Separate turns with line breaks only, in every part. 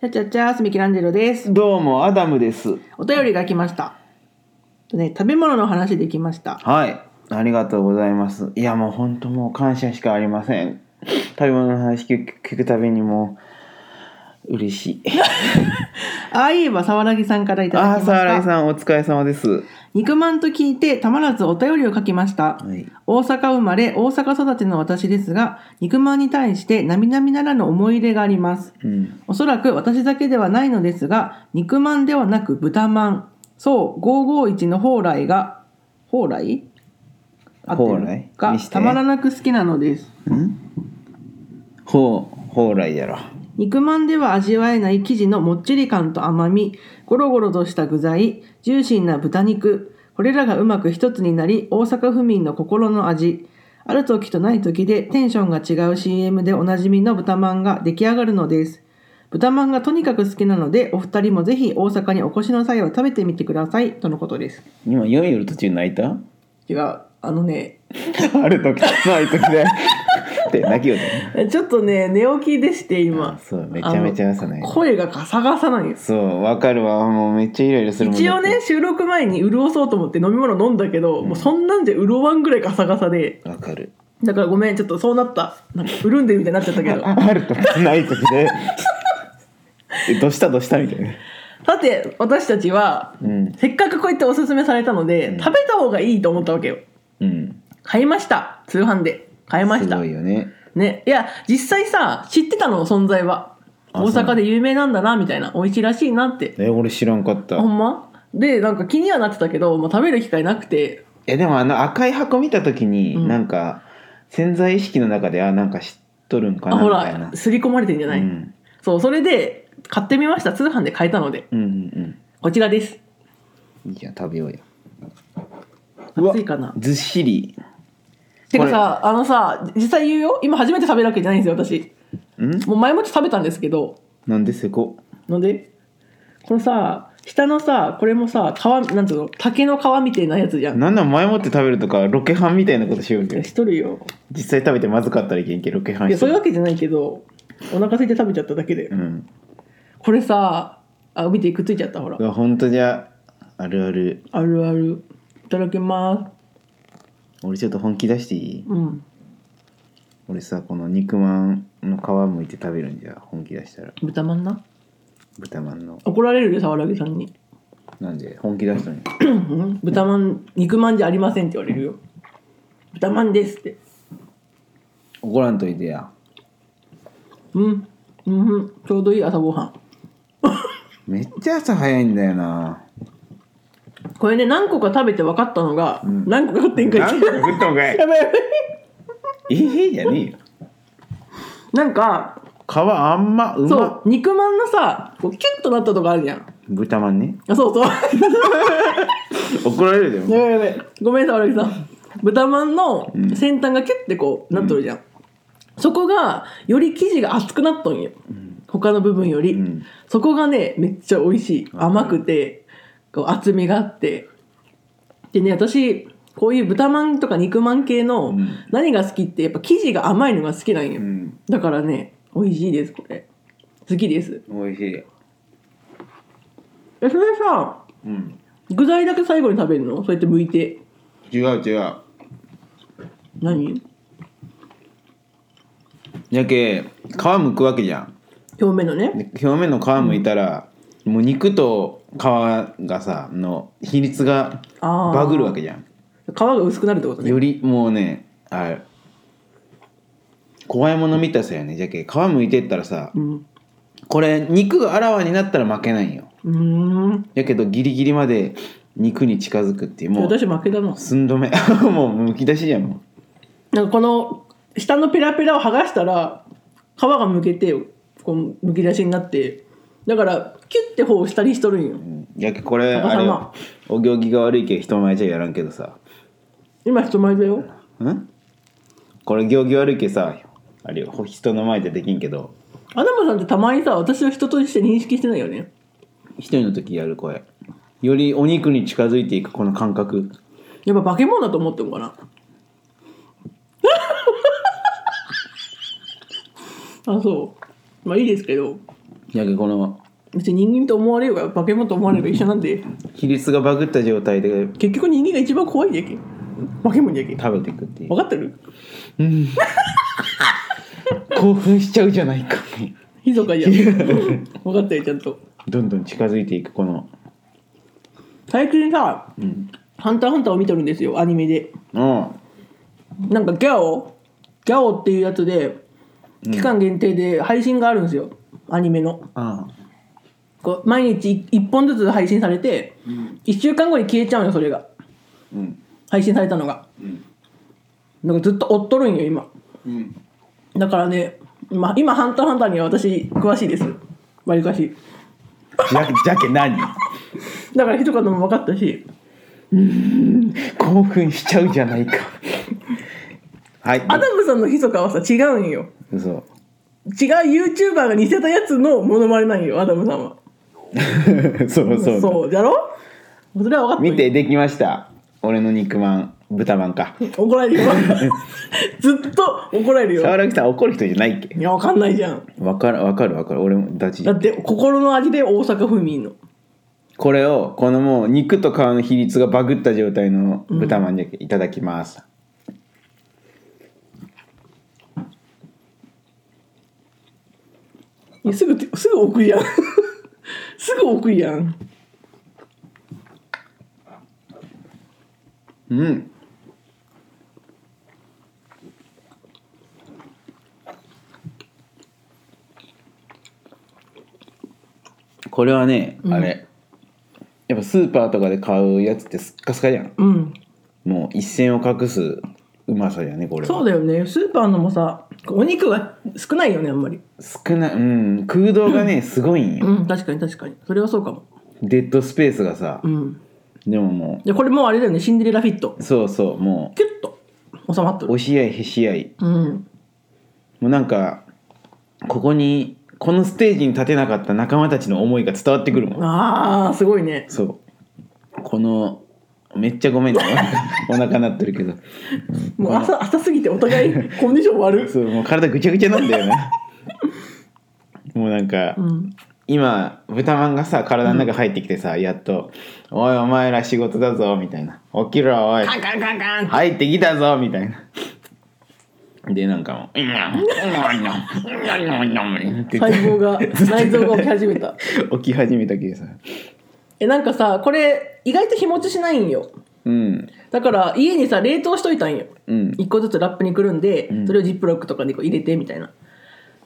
チャチャチャースミキランジェロです。
どうもアダムです。
お便りが来ました。とね、食べ物の話できました。
はい、ありがとうございます。いやもう本当もう感謝しかありません。食べ物の話聞く聞くたびにもう嬉しい。
ああいえば、さわらぎさんからいただ
あ
き
ー、
ま
さわら
し
ぎ
た。
さんお疲れ様です。
肉まんと聞いて、たまらずお便りを書きました。
はい。
大阪生まれ、大阪育ちの私ですが、肉まんに対して並々ならぬ思い入れがあります。
うん。
おそらく私だけではないのですが、肉まんではなく豚まん。そう、551の蓬莱が、蓬莱合ってる
蓬莱
が
にして
たまらなく好きなのです。
ん？ほう、ほうらいやろ。
肉まんでは味わえない生地のもっちり感と甘み、ゴロゴロとした具材、ジューシーな豚肉、これらがうまく一つになり、大阪府民の心の味。ある時とない時でテンションが違う CM でおなじみの豚まんが出来上がるのです。豚まんがとにかく好きなので、お二人もぜひ大阪にお越しの際は食べてみてください。とのことです。
今読みよる途中泣いた？
違う、あのね、
ある時ない時で。って泣きよね。
ちょっとね、寝起きでして
あそうめちゃめちゃ朝ね。
声がガサガサなんです
そうわかるわもうめっちゃイライラするもん。
一応ね。収録前に潤そうと思って飲み物飲んだけど、もうそんなんじゃ潤わんぐらいガサガサで
わかる。
だからごめんちょっとそうなったなんか潤んでるみたいになっちゃったけど
ある時とない時 でえどうしたどうしたみたいな、
さて私たちは
うん
せっかくこうやっておすすめされたので、
うん
食べた方がいいと思ったわけよ
うん、
買いました通販で買いまし
す
た
ごいよね
ねいや実際さ知ってたの存在は
あ
大阪で有名なんだなみたいな美味しいらしいなって
え俺知らんかった
ほんまでなんか気にはなってたけどもう食べる機会なくて
えでもあの赤い箱見た時に、
うん
なんか潜在意識の中であなんか知っとるんか
あ
な
ほ
みたいな
ら刷り込まれてんじゃない、
うん
そう、それで買ってみました。通販で買えたので、
うんうん
こちらです。
うんいいじゃん食べようようわ
熱いかな。
ずっしり
てかさ、あのさ、実際言うよ。今初めて食べるわけじゃないんですよ、私。
ん
もう前もって食べたんですけど。
なんでせこ
ので、このさ、下のさ、これもさ、皮、なんていうの、竹の皮みたいなやつじゃん。
なんなん前もって食べるとかロケハンみたいなことしよう
いや
けど
しとるよ。
実際食べてまずかったらいけんけロケハン
いや、
し
そ
て
ういうわけじゃないけど、お腹空いて食べちゃっただけで
う。ん
これさ、あ、見て、くっついちゃった、ほら
う。わほんとじゃあるある
あるある。いただきます。
俺ちょっと本気出していい
うん。
俺さこの肉まんの皮むいて食べるんじゃ本気出したら
豚まんな。
豚まんの
怒られるよ、沢良木さんに。
なんで本気出したのに
うん 豚まん肉まんじゃありませんって言われるよ豚まんですって
怒らんといてや
うんうんちょうどいい朝ごはん
めっちゃ朝早いんだよな
これね何個か食べて分かったのが、
ん
何個か食ってんかい
何個食ったんかい
やばいやばい
ええじゃねえよ
なんか
皮あんまう
そ
まっ
う肉まんのさこうキュッとなったとこあるじゃん
豚まんね
あ そうそう
怒られるで
や
も
ばいやばいごめん沢良木さん豚まんの
うん
先端がキュッてこうなっとるじゃん、そこがより生地が厚くなっとんよ、他の部分より、
うん
そこがねめっちゃ美味しい甘くてこう厚みがあってでね私こういう豚まんとか肉まん系
う
の
ん
何が好きってやっぱ生地が甘いのが好きなん
う
よ、
ん
だからね美味しいですこれ好きです
おいしい
えそれさ
うん
具材だけ最後に食べるのそうやって剥いて
違う違う
何
やけ皮むくわけじゃん
表面のね
で表面の皮むいたら、もう肉と皮がさの比率が
あー
バグるわけじゃん
皮が薄くなるってことね
よりもうねあれ怖いもの見たさよねじゃけ皮むいてったらさ
うん
これ肉があらわになったら負けないんよ
うーん
やけどギリギリまで肉に近づくっていうもう
私負けだな
寸止め もうむき出しじゃんも
なんかこの下のペラペラを剥がしたら皮がむけてこうむき出しになってだからキュッて方を下にしとるんよ
う、うんやけこれ
パパ
あれ
様
よお行儀が悪いけ人前じゃやらんけどさ
今人前だよ
んこれ行儀悪いけさあれよほ人の前じゃできんけど
アダムさんってたまにさ私を人として認識してないよね
一人の時やる声よりお肉に近づいていくこの感覚
やっぱ化け物だと思ってる のかなあそうまあいいですけど
だけどこの
別に人間と思われようが化け物と思われる一緒なんで
比率がバグった状態で
結局人間が一番怖いやけん化け物やけん
食べていくっていう
分かってる
興奮しちゃうじゃないか
ひそかじゃん分かったよちゃんと
どんどん近づいていくこの
最近さ
うん
「ハンターハンター」を見てるんですよアニメで
うん
なんかギャオギャオっていうやつで期間限定で配信があるんですよアニメの
あ
こう毎日1本ずつ配信されて、1週間後に消えちゃうよそれが
うん
配信されたのが、
うん
なんかずっと追っとるんよ今
うん
だからね、まあ、今「ハンターハンター」には私詳しいですわりかし
じゃじゃけ何
だからひとかでも分かったし
興奮しちゃうじゃないかはい
アダムさんのひそかはさ違うんよ
嘘
違う YouTuber が似せたやつのモノマネなんよアダムさんは
そうそう
そうじゃろそれは分かった
見てできました俺の肉まん豚まんか
怒られる よずっと怒られるよ
沢木さん怒る人じゃないっけ
いや分かんないじゃん
わかるわかるわかる俺もダチ
だって心の味で大阪府民の
これをこのもう肉と皮の比率がバグった状態の豚まんじゃけ、いただきます
いやすぐてすぐ置くやん すぐ置くやん
うんこれはね、あれやっぱスーパーとかで買うやつってすっかすかじゃん
うん
もう一線を隠すうまさじゃねこれは
そうだよねスーパーのもさお肉が少ないよねあんまり
少ないうん空洞がねすごいんよ、
うん確かに確かにそれはそうかも
デッドスペースがさ
う、ん
でもも
でこれもうあれだよねシンデレラフィット
うそうそうも
キュッと収まっと
う
る
押し合いへし合い
うん
もうなんかここにこのステージに立てなかった仲間たちの思いが伝わってくるもん
あーすごいね
そうこのめっちゃごめんねお腹なってるけど
もう朝朝すぎてお 互いコンディション悪い
そうもう体ぐちゃぐちゃなんだよねもうなんか、
うん
今豚まんがさ体の中入ってきてさ、やっと「おいお前ら仕事だぞ」みたいな「起きろおい
カンカンカンカン
入ってきたぞ」みたいなでなんかもう「うんうんうんうんうんって
細胞が内臓が起き始めた
起き始めたけどさ
えなんかさこれ意外と日持ちしないんよ
うん
だから家にさ冷凍しといたんよ
うん
1個ずつラップにくるんで、
ん
それをジップロックとかにこう入れてみたいな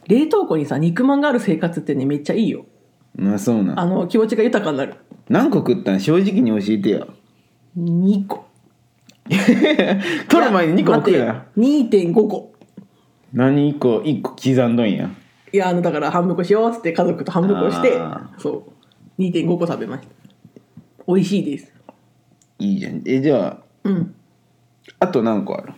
冷凍庫にさ肉まんがある生活ってねめっちゃいいよ
まあそうな
あの気持ちが豊かになる
何個食ったん正直に教えてよ
2個
取る前に2個食うな
待って2.5個
何1個1個刻んどんや
いやあのだから半分こしようっつって家族と半分こして
あ
そう2.5個食べました美味しいです
いいじゃんえじゃあ
うん
あと何個ある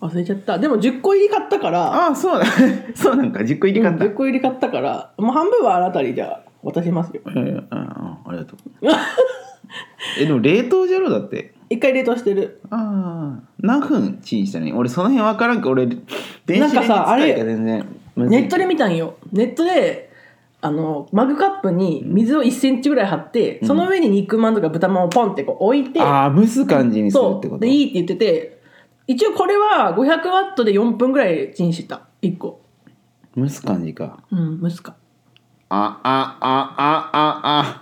忘れちゃったでも10個入り買ったから
あ あそうだそうなんか10個入り
うん
買った、
10個入り買ったからもう半分はあなたにじゃあ渡しますよ
うんあありがとうえでも冷凍じゃろだって
一回冷凍してる
ああ何分チンしたのに俺その辺分からんけど俺電子レンジ
なんかさ
使い
あ
が
れ
全然むずい
ネットで見たんよネットであのマグカップに水を1センチぐらい張って、その上に肉まんとか豚まんをポンってこう置いて、
ああ蒸す感じにする
そ
ってこ
う
と
でいいって言ってて一応これは500ワットで4分ぐらいチンした1個
蒸す感じか
うん蒸すか
ああああああ